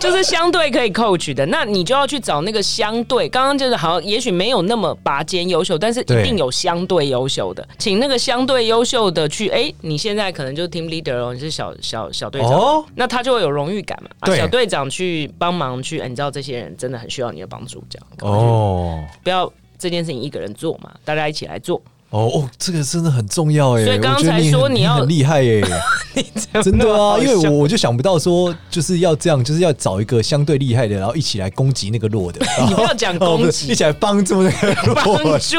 Speaker 2: 就是相对可以 coach 的。那你就要去找那个相对，刚刚就是好像也许没有那么拔尖优秀，但是
Speaker 1: 对
Speaker 2: 一定有相对优秀的，请那个相对优秀的去，哎、你现在可能就是 team leader 哦，你是小小小队长，
Speaker 1: 哦
Speaker 2: 那他就会有荣誉感嘛。啊、
Speaker 1: 对
Speaker 2: 小队长去帮忙去、哎你知道这些人真的很需要你的帮助，这样哦，
Speaker 1: 哦
Speaker 2: 不要这件事情一个人做嘛，大家一起来做。
Speaker 1: 哦哦，这个真的很重要哎、
Speaker 2: 所以刚
Speaker 1: 我觉得
Speaker 2: 才
Speaker 1: 你很
Speaker 2: 说你
Speaker 1: 你
Speaker 2: 要
Speaker 1: 很厉害耶、 真的啊，因为我我就想不到说就是要这样，就是要找一个相对厉害的，然后一起来攻击那个弱的。
Speaker 2: 你不要 讲
Speaker 1: 哦，不
Speaker 2: 攻
Speaker 1: 是，一
Speaker 2: 击。
Speaker 1: 起来帮助那个弱
Speaker 2: 帮
Speaker 1: 的。
Speaker 2: 助，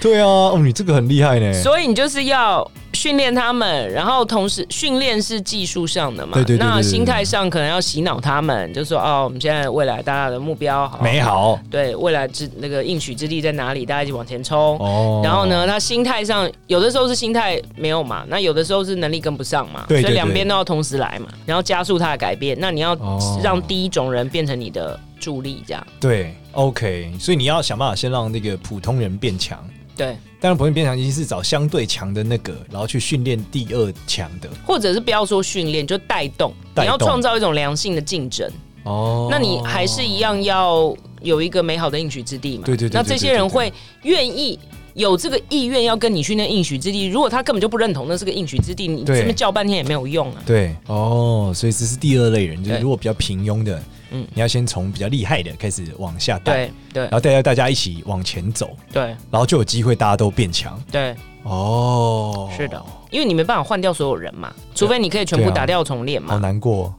Speaker 1: 对啊，哦，你这个很厉害呢。
Speaker 2: 所以你就是要训练他们，然后同时训练是技术上的嘛，
Speaker 1: 对对对对
Speaker 2: 那
Speaker 1: 对对
Speaker 2: 心态上可能要洗脑他们，就说哦，我们现在未来大家的目标好
Speaker 1: 美，好
Speaker 2: 对未来之那个应许之地在哪里，大家一起往前冲。
Speaker 1: 哦。
Speaker 2: 然后？呢，他心态上有的时候是心态没有嘛，那有的时候是能力跟不上嘛，
Speaker 1: 对对
Speaker 2: 所以两
Speaker 1: 对
Speaker 2: 边都要同时来嘛，然后加速他的改变。那你要
Speaker 1: 哦
Speaker 2: 让第一种人变成你的助力，这样
Speaker 1: 对，OK，所以你要想办法先让那个普通人变强。
Speaker 2: 对，
Speaker 1: 当然，普通人变强一定是找相对强的那个，然后去训练第二强的。
Speaker 2: 或者是不要说训练，就带动，
Speaker 1: 带动
Speaker 2: 你要创造一种良性的竞争。
Speaker 1: 哦
Speaker 2: 那你还是一样要有一个美好的应许之地嘛？
Speaker 1: 对对对对
Speaker 2: 那这些人会愿意有这个意愿要跟你去那应许之地，如果他根本就不认同那是个应许之地，你
Speaker 1: 对
Speaker 2: 这么叫半天也没有用啊。
Speaker 1: 对哦，所以这是第二类人，就是
Speaker 2: 对
Speaker 1: 如果比较平庸的，嗯
Speaker 2: 嗯，
Speaker 1: 你要先从比较厉害的开始往下带，
Speaker 2: 对对
Speaker 1: 然后带带大家一起往前走，
Speaker 2: 对
Speaker 1: 然后就有机会大家都变强。
Speaker 2: 对，
Speaker 1: 哦，
Speaker 2: 是的，因为你没办法换掉所有人嘛，除非你可以全部
Speaker 1: 对啊
Speaker 2: 打掉重练
Speaker 1: 好
Speaker 2: 嘛。
Speaker 1: 难过。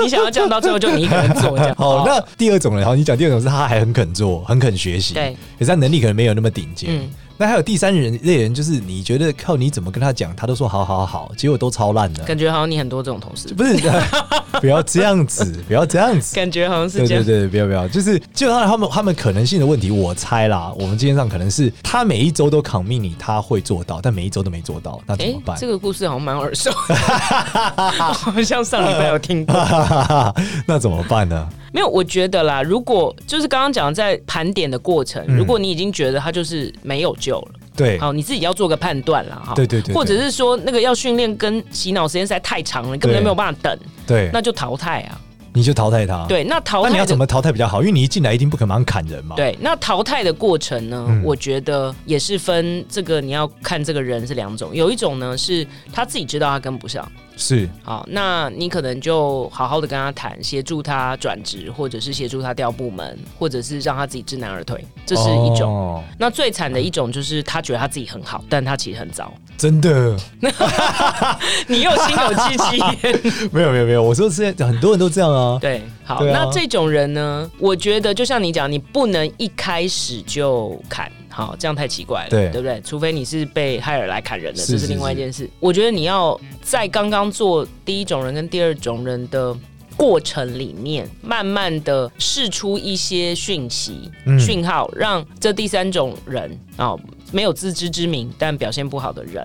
Speaker 2: 你想要这样到最后就你一个人做这 样。
Speaker 1: 好，
Speaker 2: 哦
Speaker 1: 那第二种人，好，你讲第二种是他还很肯做，很肯学习，
Speaker 2: 对，
Speaker 1: 可是他能力可能没有那么顶尖。
Speaker 2: 嗯
Speaker 1: 那还有第三人类人，就是你觉得靠你怎么跟他讲，他都说好好好，结果都超烂的。
Speaker 2: 感觉好像你很多这种同事，
Speaker 1: 不是， 不要这样子，不要这样子。
Speaker 2: 感觉好像 是
Speaker 1: 对
Speaker 2: 这
Speaker 1: 对
Speaker 2: 样。
Speaker 1: 对，不要不要，就是就他他们他们可能性的问题，我猜啦，我们今天上可能是他每一周都 c o m 你，他会做到，但每一周都没做到，那怎
Speaker 2: 哎
Speaker 1: 么办？，
Speaker 2: 这个故事好像蛮耳熟， 好像上礼拜有听过。
Speaker 1: 那怎么办呢？
Speaker 2: 没有，我觉得啦，如果就是刚刚讲在盘点的过程，
Speaker 1: 嗯
Speaker 2: 如果你已经觉得他就是没有救了，
Speaker 1: 对，
Speaker 2: 好，你自己要做个判断啦，哈。
Speaker 1: 对对对对
Speaker 2: 或者是说那个要训练跟洗脑时间实在太长了，你根本
Speaker 1: 对
Speaker 2: 就没有办法等，
Speaker 1: 对，
Speaker 2: 那就淘汰啊。
Speaker 1: 你就淘汰他。
Speaker 2: 对，那淘
Speaker 1: 那
Speaker 2: 汰
Speaker 1: 你
Speaker 2: 的
Speaker 1: 要怎么淘汰比较好？因为你一进来一定不可能马上砍人嘛。
Speaker 2: 对，那淘汰的过程呢？
Speaker 1: 嗯
Speaker 2: 我觉得也是分这个，你要看这个人是两种，有一种呢是他自己知道他跟不上，
Speaker 1: 是
Speaker 2: 好，那你可能就好好的跟他谈，协助他转职，或者是协助他调部门，或者是让他自己知难而退，这是一种。
Speaker 1: 哦
Speaker 2: 那最惨的一种就是他觉得他自己很好，但他其实很糟。
Speaker 1: 真的
Speaker 2: 你又心有戚戚。
Speaker 1: 没有没有没有，我说是很多人都这样啊。
Speaker 2: 对，好，
Speaker 1: 对啊
Speaker 2: 那这种人呢，我觉得就像你讲，你不能一开始就砍。好，这样太奇怪了，
Speaker 1: 对
Speaker 2: 对不对？除非你是被海尔来砍人的，
Speaker 1: 是
Speaker 2: 这
Speaker 1: 是
Speaker 2: 是另外一件事。我觉得你要在刚刚做第一种人跟第二种人的过程里面，慢慢的试出一些讯息、
Speaker 1: 嗯
Speaker 2: 讯号，让这第三种人啊、哦没有自知之明但表现不好的人，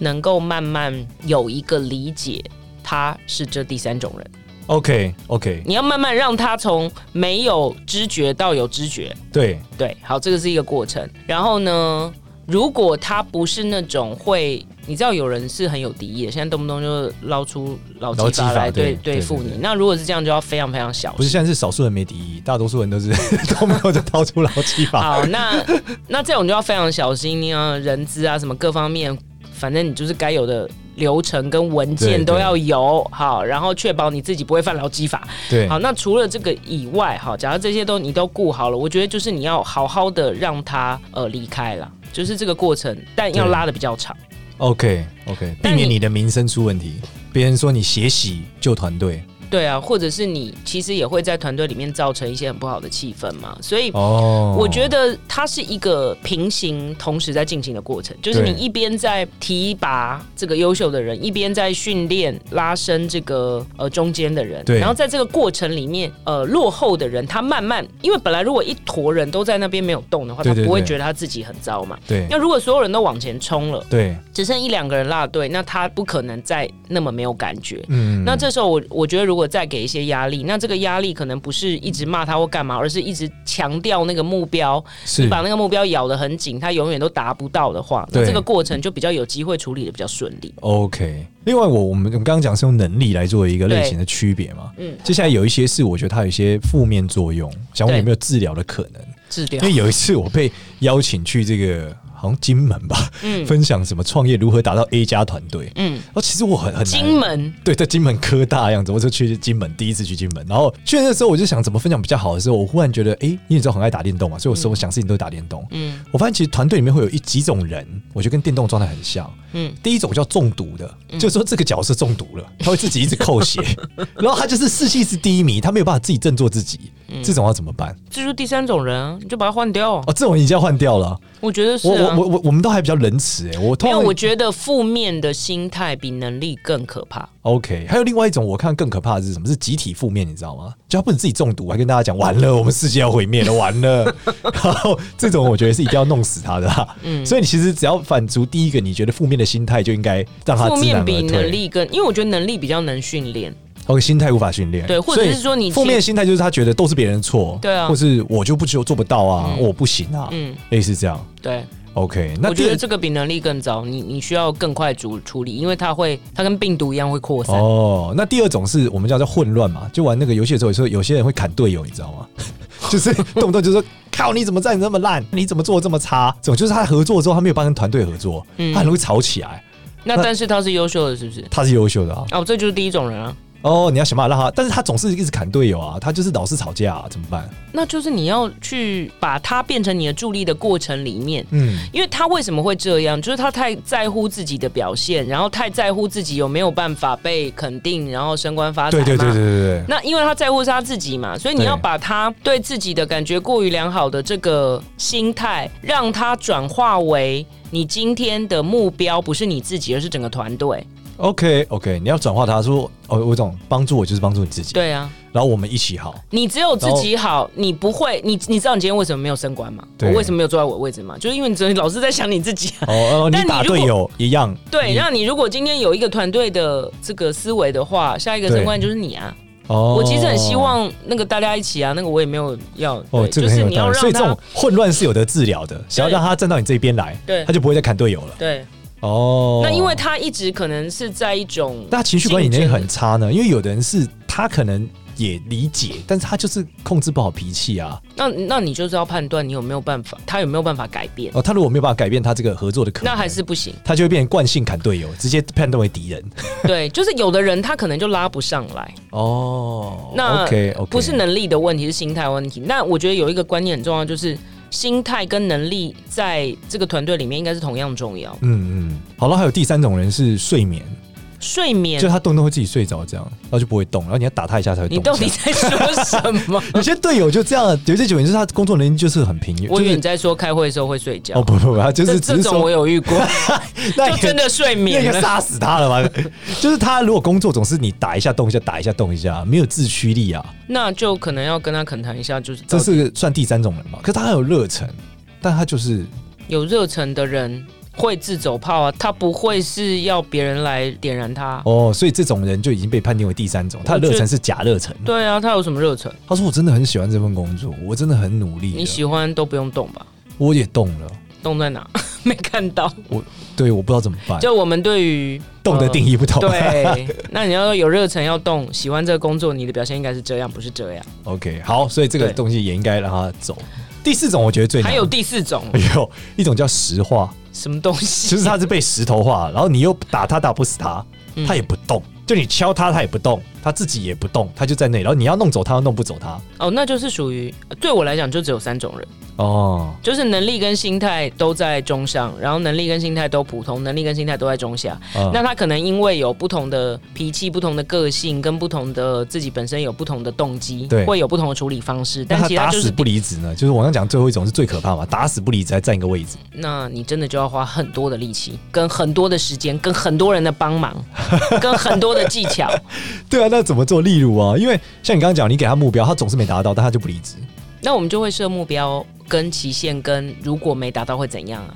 Speaker 2: 能够慢慢有一个理解。他是这第三种人，
Speaker 1: OK OK，
Speaker 2: 你要慢慢让他从没有知觉到有知觉，
Speaker 1: 对，
Speaker 2: 对，好，这个是一个过程。然后呢，如果他不是那种会，你知道有人是很有敌意的，现在动不动就捞出老
Speaker 1: 老
Speaker 2: 鸡
Speaker 1: 鸡
Speaker 2: 巴
Speaker 1: 法
Speaker 2: 来
Speaker 1: 对
Speaker 2: 对
Speaker 1: 对
Speaker 2: 对付
Speaker 1: 对
Speaker 2: 你
Speaker 1: 对。
Speaker 2: 那如果是这样，就要非常非常小
Speaker 1: 不是
Speaker 2: 心。
Speaker 1: 现在是少数人没敌意，大多数人都是 都没有就掏出劳基法。
Speaker 2: 好，那 那这种就要非常小心，你要人资啊什么各方面，反正你就是该有的流程跟文
Speaker 1: 对
Speaker 2: 件都
Speaker 1: 对
Speaker 2: 要有好，然后确保你自己不会犯劳基法。
Speaker 1: 对，
Speaker 2: 好，那除了这个以外，哈，假如这些都你都顾好了，我觉得就是你要好好的让他呃离开了，就是这个过程，但要
Speaker 1: 对
Speaker 2: 拉的比较长。
Speaker 1: OK OK，避
Speaker 2: 但
Speaker 1: 免
Speaker 2: 你
Speaker 1: 你的名声出问题，别人说你血洗救团队
Speaker 2: 对啊，或者是你其实也会在团队里面造成一些很不好的气氛嘛，所以。
Speaker 1: 哦。
Speaker 2: 我觉得它是一个平行同时在进行的过程，就是你
Speaker 1: 对
Speaker 2: 一边在提拔这个优秀的人，一边在训练拉伸这个呃中间的人，
Speaker 1: 对
Speaker 2: 然后在这个过程里面，呃落后的人他慢慢，因为本来如果一坨人都在那边没有动的话，
Speaker 1: 对
Speaker 2: 他
Speaker 1: 对
Speaker 2: 不会
Speaker 1: 对
Speaker 2: 觉得他自己很糟嘛。
Speaker 1: 对
Speaker 2: 那如果所有人都往前冲了，
Speaker 1: 对，
Speaker 2: 只剩一两个人落队，那他不可能再那么没有感觉。
Speaker 1: 嗯，
Speaker 2: 那这时候我我觉得，如果再给一些压力，那这个压力可能不是一直骂他或干嘛，而是一直强调那个目标，
Speaker 1: 是
Speaker 2: 把那个目标咬得很紧，他永远都达不到的话，那
Speaker 1: 对
Speaker 2: 这个过程就比较有机会处理的比较顺利。
Speaker 1: OK。另外我，我们我们刚刚讲是用能力来做一个类型的区别嘛。嗯
Speaker 2: 嗯，
Speaker 1: 接下来有一些是我觉得它有一些负面作用，想问
Speaker 2: 对
Speaker 1: 有没有治疗的可能？
Speaker 2: 治
Speaker 1: 因
Speaker 2: 疗
Speaker 1: 为有一次我被邀请去这个好像金门吧，
Speaker 2: 嗯
Speaker 1: 分享什么创业如何达到 A 加团队。
Speaker 2: 嗯，
Speaker 1: 哦，其实我很很难
Speaker 2: 金门
Speaker 1: 对，在金门科大的样子，我就去金门，第一次去金门，然后去的时候我就想怎么分享比较好的时候，我忽然觉得，诶，你也知道我很爱打电动嘛，所以我什么想事情都打电动。
Speaker 2: 嗯
Speaker 1: 我发现其实团队里面会有一几种人，我觉得跟电动状态很像。
Speaker 2: 嗯
Speaker 1: 第一种叫中毒的，就是说这个角色中毒了，他会自己一直扣 血，然后他就是士气是低迷，他没有办法自己振作自己，
Speaker 2: 嗯
Speaker 1: 这种要怎么办？
Speaker 2: 这就是第三种人啊，你就把他换掉啊。
Speaker 1: 哦，这种已经要换掉了。
Speaker 2: 我觉得是
Speaker 1: 我
Speaker 2: 啊
Speaker 1: 我。我我我们都还比较仁慈诶，我
Speaker 2: 没
Speaker 1: 通
Speaker 2: 有，
Speaker 1: 常
Speaker 2: 我觉得负面的心态比能力更可怕。
Speaker 1: OK，还有另外一种，我看更可怕的是什么？是集体负面，你知道吗？就他不能自己中毒，还跟大家讲完了，我们世界要毁灭了，完 了。然后这种我觉得是一定要弄死他的啦。嗯，所以你其实只要反足第一个你觉得负面的心态，就应该让他
Speaker 2: 负
Speaker 1: 知难
Speaker 2: 面
Speaker 1: 啊而退。
Speaker 2: 比能力更，因为我觉得能力比较能训练。
Speaker 1: OK，心态无法训练。
Speaker 2: 对或者是说你
Speaker 1: 所以负面心态就是他觉得都是别人的错，
Speaker 2: 对啊
Speaker 1: 或是我就不做做不到啊，我不行啊，
Speaker 2: 嗯，
Speaker 1: 类似这样。
Speaker 2: 对，
Speaker 1: OK，那
Speaker 2: 我觉
Speaker 1: 第
Speaker 2: 得
Speaker 1: 二
Speaker 2: 这个比能力更糟，你你需要更快处处理，因为它会，它跟病毒一样会扩散。
Speaker 1: 哦，那第二种是我们叫做混乱嘛，就玩那个游戏的时候，有时候有些人会砍队友，你知道吗？ 就是动不动就说靠，你怎么站得那么烂，你怎么做得这么差？总就是他合作之后，他没有办法跟团队合作，
Speaker 2: 嗯
Speaker 1: 他很容易吵起来。
Speaker 2: 那
Speaker 1: 那
Speaker 2: 但是他是优秀的，是不是？
Speaker 1: 他是优秀的啊，
Speaker 2: 哦，这就是第一种人啊，
Speaker 1: 哦，你要想办法让他，但是他总是一直砍队友啊，他就是老是吵架、啊，怎么办？
Speaker 2: 那就是你要去把它变成你的助力的过程里面。
Speaker 1: 嗯，
Speaker 2: 因为他为什么会这样？就是他太在乎自己的表现，然后太在乎自己有没有办法被肯定，然后升官发财
Speaker 1: 对
Speaker 2: 嘛。
Speaker 1: 对对对对对，
Speaker 2: 那因为他在乎是他自己嘛，所以你
Speaker 1: 对
Speaker 2: 要把他对自己的感觉过于良好的这个心态，让他转化为你今天的目标不是你自己，而是整个团队。
Speaker 1: OK OK，你要转化他说，哦，我懂，帮助我就是帮助你自己，
Speaker 2: 对啊，
Speaker 1: 然后我们一起好，
Speaker 2: 你只有自己好，你不会，你你知道你今天为什么没有升官吗？
Speaker 1: 对
Speaker 2: 我为什么没有坐在我的位置吗？就是因为你昨天老是在想你自己、 啊。
Speaker 1: 哦哦，
Speaker 2: 但
Speaker 1: 你
Speaker 2: 你
Speaker 1: 打
Speaker 2: 如果
Speaker 1: 队友一样，
Speaker 2: 对，
Speaker 1: 你
Speaker 2: 那你如果今天有一个团队的这个思维的话，下一个升官就是你啊。
Speaker 1: 哦，
Speaker 2: 我其实很希。望那个大家一起啊，那个我也没有要，
Speaker 1: 哦，
Speaker 2: 对
Speaker 1: 这
Speaker 2: 就
Speaker 1: 个很
Speaker 2: 是
Speaker 1: 有
Speaker 2: 你
Speaker 1: 道
Speaker 2: 要
Speaker 1: 理。所以
Speaker 2: 让
Speaker 1: 这
Speaker 2: 他
Speaker 1: 种混乱是有得治疗的，想要让他站到你这边来，
Speaker 2: 对
Speaker 1: 他就不会再砍队友了。
Speaker 2: 对。
Speaker 1: 哦，
Speaker 2: 那因为他一直可能是在一种
Speaker 1: 那情绪管理能力很差呢，因为有的人是他可能也理解，但是他就是控制不好脾气啊。
Speaker 2: 那那你就是要判断你有没有办法，他有没有办法改变，
Speaker 1: 哦，他如果没有办法改变他这个合作的可能，
Speaker 2: 那还是不行。
Speaker 1: 他就会变成惯性砍队友，直接判断为敌人。
Speaker 2: 对，就是有的人他可能就拉不上来，
Speaker 1: 哦，
Speaker 2: 那
Speaker 1: OK OK，
Speaker 2: 不是能力的问题，是心态问题。那我觉得有一个观念很重要，就是心态跟能力
Speaker 1: 嗯
Speaker 2: 在这个团队里面应该是同样重要。
Speaker 1: 嗯嗯，好了，还有第三种人是睡眠，
Speaker 2: 睡眠
Speaker 1: 就，他动不动会自己睡着，这样，然后就不会动，然后你要打他一下才会动
Speaker 2: 你
Speaker 1: 一下。
Speaker 2: 到底在说什么？
Speaker 1: 有些队友 就这样，啊有些球员就是他工作能力就是很平庸，
Speaker 2: 我以
Speaker 1: 就
Speaker 2: 为你
Speaker 1: 是
Speaker 2: 在说开会的时候会睡觉
Speaker 1: 哦，不不不，他就
Speaker 2: 这
Speaker 1: 是只
Speaker 2: 这
Speaker 1: 是
Speaker 2: 种
Speaker 1: 说
Speaker 2: 我有遇过，
Speaker 1: 那
Speaker 2: 就
Speaker 1: 个
Speaker 2: 真的睡
Speaker 1: 那
Speaker 2: 眠
Speaker 1: 个
Speaker 2: 了。
Speaker 1: 杀死他了吧？ 就是他如果工作总是你打一下动一下，打一下动一下，没有自驱力啊，
Speaker 2: 那就可能要跟他恳谈一下，就是哦
Speaker 1: 这是算第三种人嘛？可是他很有热忱，但他就是
Speaker 2: 有热忱的人会自走炮啊，他不会是要别人来点燃他。
Speaker 1: 哦，所以这种人就已经被判定为第三种，他的热忱是假热忱。
Speaker 2: 对啊，他有什么热忱？
Speaker 1: 他说：“我真的很喜欢这份工作，我真的很努力
Speaker 2: 你
Speaker 1: 了，
Speaker 2: 喜欢都不用动吧？
Speaker 1: 我也动了，
Speaker 2: 动在哪？ 没看到。
Speaker 1: 对，我不知道怎么办，
Speaker 2: 就我们对于
Speaker 1: 动的定
Speaker 2: 义、
Speaker 1: 义不同。
Speaker 2: 对，那你要有热忱，要动，喜欢这个工作，你的表现应该是这样，不是这样。
Speaker 1: OK，好，所以这个
Speaker 2: 对
Speaker 1: 东西也应该让他走。第四种我觉得最难，
Speaker 2: 还有第四种
Speaker 1: 哎呦，一种叫石化，
Speaker 2: 什么东西？
Speaker 1: 其实他是啊被石头化，然后你又打他打不死他，
Speaker 2: 嗯
Speaker 1: 他也不动，就你敲他他也不动，他自己也不动，他就在那里，然后你要弄走他，又弄不走他。
Speaker 2: 哦，那就是属于呃对我来讲，就只有三种人，
Speaker 1: 哦，
Speaker 2: 就是能力跟心态都在中上，然后能力跟心态都普通，能力跟心态都在中下。
Speaker 1: 嗯
Speaker 2: 那他可能因为有不同的脾气、不同的个性，跟不同的自己本身有不同的动机，
Speaker 1: 对
Speaker 2: 会有不同的处理方式。但
Speaker 1: 那
Speaker 2: 其
Speaker 1: 他
Speaker 2: 他
Speaker 1: 打
Speaker 2: 就是
Speaker 1: 死不离职呢？就是我刚讲最后一种是最可怕嘛，打死不离职还占一个位置。
Speaker 2: 那你真的就要花很多的力气，跟很多的时间，跟很多人的 帮忙，跟很多的技巧。
Speaker 1: 对啊，那怎么做？例如啊，因为像你刚刚讲，你给他目标，他总是没达到，但他就不离职。
Speaker 2: 那我们就会设目标、跟期限、跟如果没达到会怎样啊？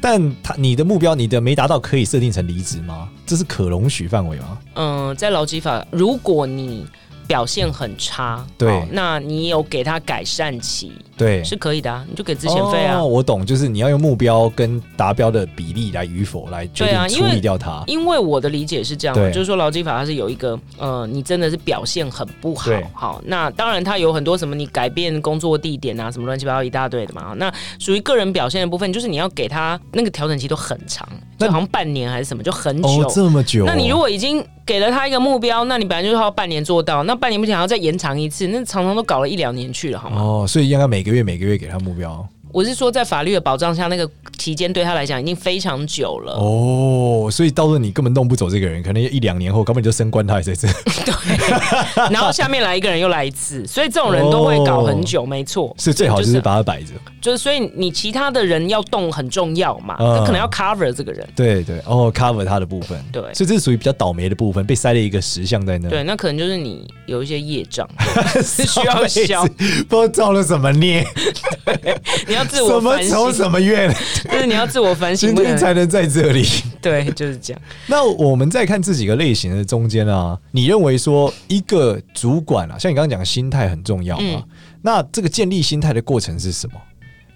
Speaker 1: 但他你的目标，你的没达到可以设定成离职吗？这是可容许范围吗？
Speaker 2: 嗯，在劳基法，如果你表现很差，
Speaker 1: 对
Speaker 2: 哦那你有给他改善期
Speaker 1: 对，
Speaker 2: 是可以的啊，你就给资遣费啊。
Speaker 1: 哦我懂，就是你要用目标跟达标的比例来与否来决
Speaker 2: 对啊
Speaker 1: 定
Speaker 2: 因
Speaker 1: 处
Speaker 2: 为
Speaker 1: 理掉它。
Speaker 2: 因为我的理解是这样的，
Speaker 1: 对
Speaker 2: 就是说劳基法它是有一个呃，你真的是表现很不好
Speaker 1: 对，
Speaker 2: 好，那当然它有很多什么你改变工作地点啊，什么乱七八糟一大堆的嘛。那属于个人表现的部分，就是你要给他那个调整期都很长，
Speaker 1: 那
Speaker 2: 就好像半年还是什么，就很久。
Speaker 1: 哦，这么久哦、
Speaker 2: 那你如果已经给了他一个目标，那你本来就是要半年做到，那半年不想要再延长一次，那常常都搞了一两年去了，好吗？
Speaker 1: 哦，所以应该每个月每个月给他目标
Speaker 2: 我是说，在法律的保障下，那个期间对他来讲已经非常久了。
Speaker 1: 哦，所以到时候你根本弄不走这个人，可能一两年后，根本就升官他 还在这。
Speaker 2: 然后下面来一个人又来一次，所以这种人都会搞很久，没错。
Speaker 1: 所以最好就
Speaker 2: 就是是
Speaker 1: 把他摆着。
Speaker 2: 就是所以你其他的人要动很重要嘛，
Speaker 1: 嗯
Speaker 2: 就可能要 cover 这个人。
Speaker 1: 对对，哦，cover 他的部分。
Speaker 2: 对
Speaker 1: 所以这是属于比较倒霉的部分，被塞了一个石像在那。
Speaker 2: 对，，那可能就是你有一些业 障，
Speaker 1: 是
Speaker 2: 需要消，
Speaker 1: 不知道造了什么孽，
Speaker 2: 你要自
Speaker 1: 什
Speaker 2: 我
Speaker 1: 么
Speaker 2: 反
Speaker 1: 仇
Speaker 2: 省，
Speaker 1: 什么怨，
Speaker 2: 就是你要自我反省。
Speaker 1: 今
Speaker 2: 不
Speaker 1: 天
Speaker 2: 能
Speaker 1: 才能在这里。
Speaker 2: 对，就是这样。
Speaker 1: 那我们再看这几个类型的中间啊，你认为说一个主管啊，像你刚刚讲的心态很重要嘛？那这个建立心态的过程是什么？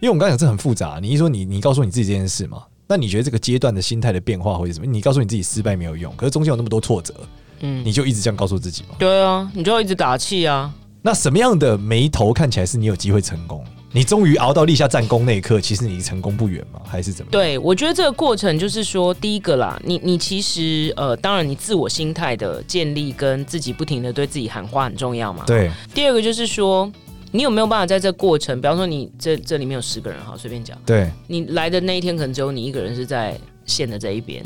Speaker 1: 因为我们刚刚讲这很复杂，你一说你你告诉你自己这件事嘛，那你觉得这个阶段的心态的变化会是什么？你告诉你自己失败没有用，可是中间有那么多挫折，
Speaker 2: 嗯，
Speaker 1: 你就一直这样告诉自己嘛？
Speaker 2: 对啊，你就要一直打气啊。
Speaker 1: 那什么样的眉头看起来是你有机会成功？你终于熬到立下战功那一刻，其实你离成功不远吗？还是怎么样？
Speaker 2: 对，我觉得这个过程就是说，第一个啦，你你其实呃，当然你自我心态的建立跟自己不停的对自己喊话很重要嘛。
Speaker 1: 对
Speaker 2: 第二个就是说，你有没有办法在这过程，比方说你这这里面有十个人，好随便讲，
Speaker 1: 对
Speaker 2: 你来的那一天可能只有你一个人是在线的这一 边，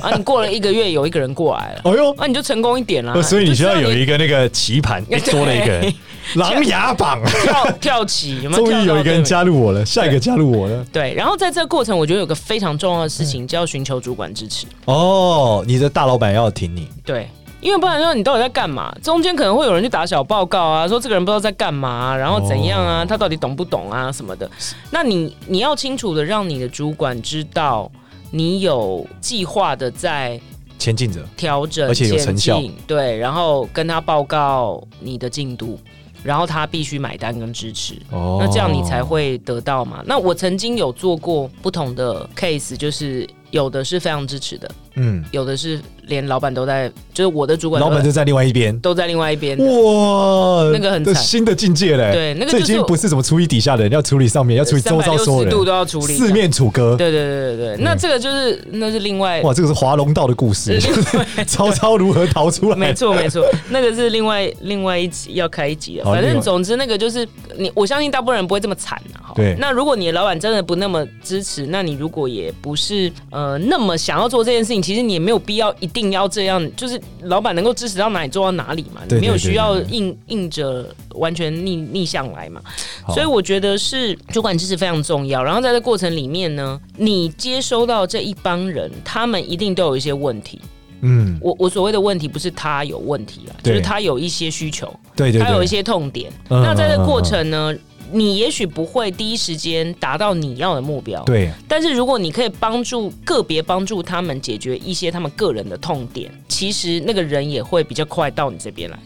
Speaker 2: 啊，你过了一个月有一个人过来了，
Speaker 1: 哎
Speaker 2: 啊
Speaker 1: 呦，
Speaker 2: 那、你就成功一点啦。
Speaker 1: 呃所以你需要有
Speaker 2: 一
Speaker 1: 一个那个棋 盘，
Speaker 2: 对
Speaker 1: 多了一个人，狼牙榜，
Speaker 2: 跳跳棋，有没有？
Speaker 1: 终于有一个人
Speaker 2: 加。
Speaker 1: 加入我了，下一个加入我了。
Speaker 2: 对，然后在这个过程，我觉得有个非常重要的事
Speaker 1: 嗯
Speaker 2: 情，叫寻求主管支持。
Speaker 1: 哦，你的大老板要挺你，
Speaker 2: 对，因为不然说你到底在干嘛？中间可能会有人去打小报告啊，说这个人不知道在干嘛啊、然后怎样啊，
Speaker 1: 哦
Speaker 2: 他到底懂不懂啊什么的。那你你要清楚的让你的主管知道，你有计划的在
Speaker 1: 前进者。
Speaker 2: 调整，
Speaker 1: 而且有成效
Speaker 2: 前进，对，然后跟他报告你的进度，然后他必须买单跟支持。
Speaker 1: 哦
Speaker 2: 那这样你才会得到嘛？那我曾经有做过不同的 case，就是有的是非常支持的，
Speaker 1: 嗯，
Speaker 2: 有的是连老板都在，就是我的主管
Speaker 1: 老
Speaker 2: 都在
Speaker 1: 板就在另外一边。
Speaker 2: 都在另外一边的。
Speaker 1: 哇，
Speaker 2: 那个很
Speaker 1: 这
Speaker 2: 惨
Speaker 1: 新的境界嘞。
Speaker 2: 对那个
Speaker 1: 这
Speaker 2: 就
Speaker 1: 已
Speaker 2: 是
Speaker 1: 经不是怎么处理底下的人，要处理上面，要处理周遭所有
Speaker 2: 360度
Speaker 1: 人，
Speaker 2: 都要处理，
Speaker 1: 四。面楚歌。
Speaker 2: 对对对对对，那这个就是那是另外，
Speaker 1: 哇，这个是华龙道的故事， 曹操如何逃出来
Speaker 2: 没？错没错，那个是另外另外一集要开一集了。
Speaker 1: 好
Speaker 2: 反
Speaker 1: 另
Speaker 2: 正
Speaker 1: 外
Speaker 2: 总之那个就是你，我相信大部分人不会这么惨的哈。
Speaker 1: 对
Speaker 2: 那如果你的老板真的不那么支持，那你如果也不是呃那么想要做这件事情，其实你也没有必要一定要这样，就是老板能够支持到哪里做到哪里嘛，你
Speaker 1: 对
Speaker 2: 没有
Speaker 1: 对对
Speaker 2: 需要
Speaker 1: 对对
Speaker 2: 硬硬着完全逆逆向来嘛。
Speaker 1: 好
Speaker 2: 所以我觉得是主管支持非常重要。然后在这过程里面呢，你接收到这一帮人，他们一定都有一些问题。
Speaker 1: 嗯，
Speaker 2: 我我所谓的问题不是他有问题啦，就
Speaker 1: 对
Speaker 2: 是他有一些需求，
Speaker 1: 对对对，
Speaker 2: 他有一些痛点。
Speaker 1: 嗯
Speaker 2: 那在这
Speaker 1: 嗯嗯
Speaker 2: 过
Speaker 1: 嗯
Speaker 2: 程呢，你也许不会第一时间达到你要的目标，
Speaker 1: 对
Speaker 2: 但是如果你可以帮助个别帮助他们解决一些他们个人的痛点，其实那个人也会比较快到你这边来。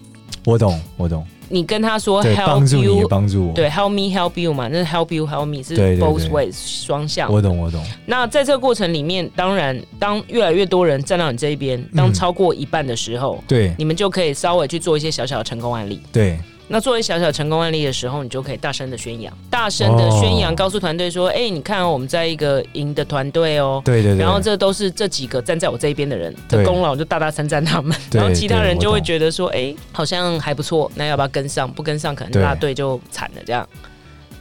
Speaker 1: 我懂我懂，
Speaker 2: 你跟他说
Speaker 1: 对，帮
Speaker 2: help
Speaker 1: 助你也
Speaker 2: you，
Speaker 1: 帮助我，
Speaker 2: 对，help me，help you 嘛，那是 help you，help me 是
Speaker 1: 对对对
Speaker 2: both ways 双向。
Speaker 1: 我懂我懂，
Speaker 2: 那在这个过程里面，当然，当越来越多人站到你这一边，当
Speaker 1: 嗯
Speaker 2: 超过一半的时候，
Speaker 1: 对
Speaker 2: 你们就可以稍微去做一些小小的成功案例。
Speaker 1: 对
Speaker 2: 那作为小小成功案例的时候，你就可以大声的宣扬，大声的宣扬，
Speaker 1: 哦
Speaker 2: 告诉团队说：“哎、你看、哦、我们在一个赢的团队哦。”
Speaker 1: 对对对，
Speaker 2: 然后这都是这几个站在我这一边的人的
Speaker 1: 对
Speaker 2: 功劳，我就大大称赞他们。
Speaker 1: 对
Speaker 2: 然后其他
Speaker 1: 对
Speaker 2: 人
Speaker 1: 我
Speaker 2: 就会
Speaker 1: 懂
Speaker 2: 觉得说，哎，好像还不错，那要不要跟上？不跟上，可能
Speaker 1: 对
Speaker 2: 大队就惨了。这样，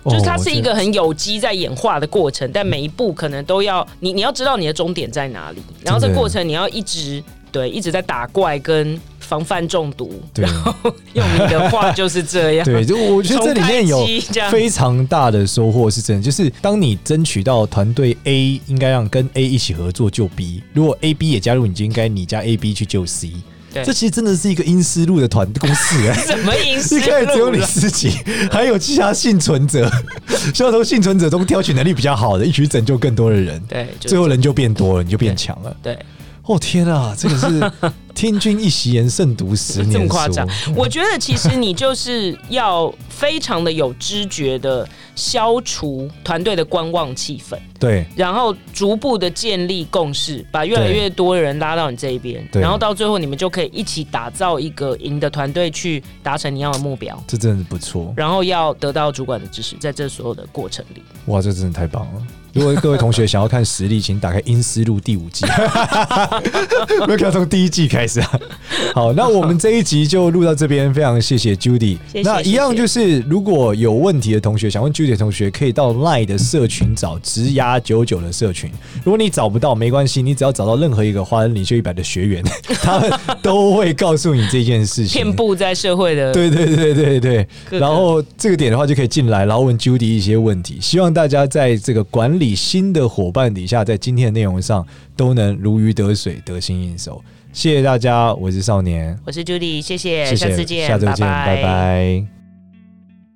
Speaker 2: 就是它
Speaker 1: 哦
Speaker 2: 是一
Speaker 1: 我觉
Speaker 2: 个很有机在演化的过程，但每一步可能都要你你要知道你的终点在哪里，然后这
Speaker 1: 真的
Speaker 2: 过程你要一直对一直在打怪跟防范中毒。
Speaker 1: 对
Speaker 2: 用你的话就是这样。
Speaker 1: 对，就我觉得这里面有
Speaker 2: 从开机这样
Speaker 1: 非常大的收获是真的，就是当你争取到团队 A 应该让跟 A 一起合作救 B，如果 A B 也加入，你就应该你加 A B 去救 C。
Speaker 2: 对
Speaker 1: 这其实真的是一个阴思路的团公式 哎、
Speaker 2: 什么饮食
Speaker 1: 一开始只有
Speaker 2: 路
Speaker 1: 你
Speaker 2: 了
Speaker 1: 自己，还有其他幸存者，需要从幸存者中挑取能力比较好的，一起去拯救更多的人。
Speaker 2: 对，就是
Speaker 1: 最后人就变多了，你就变强了。
Speaker 2: 对。
Speaker 1: 哦天啊，这个是 天君一席言胜读十年
Speaker 2: 这
Speaker 1: 书，
Speaker 2: 么夸张？我觉得其实你就是要非常的有知觉的消除团队的观望气氛，
Speaker 1: 对
Speaker 2: 然后逐步的建立共识，把越来
Speaker 1: 对
Speaker 2: 越多人拉到你这一边，
Speaker 1: 对
Speaker 2: 然后到最后你们就可以一起打造一个赢的团队，去达成你要的目标。
Speaker 1: 这真的是不错。
Speaker 2: 然后要得到主管的支持，在这所有的过程里，
Speaker 1: 哇，这真的太棒了！如果各位同学想要看实力，请打开《阴思路》第五季，我们可以从第一季开始啊。好，那我们这一集就录到这边，非常谢谢 Judy。
Speaker 3: 谢谢
Speaker 1: 那一样就是，如果有问题的同学想问 Judy 的同学，可以到 LINE 的社群找直牙九九的社群。如果你找不到，没关系，你只要找到任何一个花恩领袖一百的学 员，他们都会告诉你这件事情。
Speaker 2: 遍布在社会的
Speaker 1: 对对对对对
Speaker 2: 各个
Speaker 1: 然后这个点的话就可以进来，然后问 Judy 一些问题。希望大家在这个管理新的伙伴底下，在今天的内容上都能如鱼得水，得心应手。谢谢大家，我是少年，
Speaker 2: 我是 Judy，谢谢，
Speaker 1: 谢谢，
Speaker 2: 下次见，
Speaker 1: 下周见，拜拜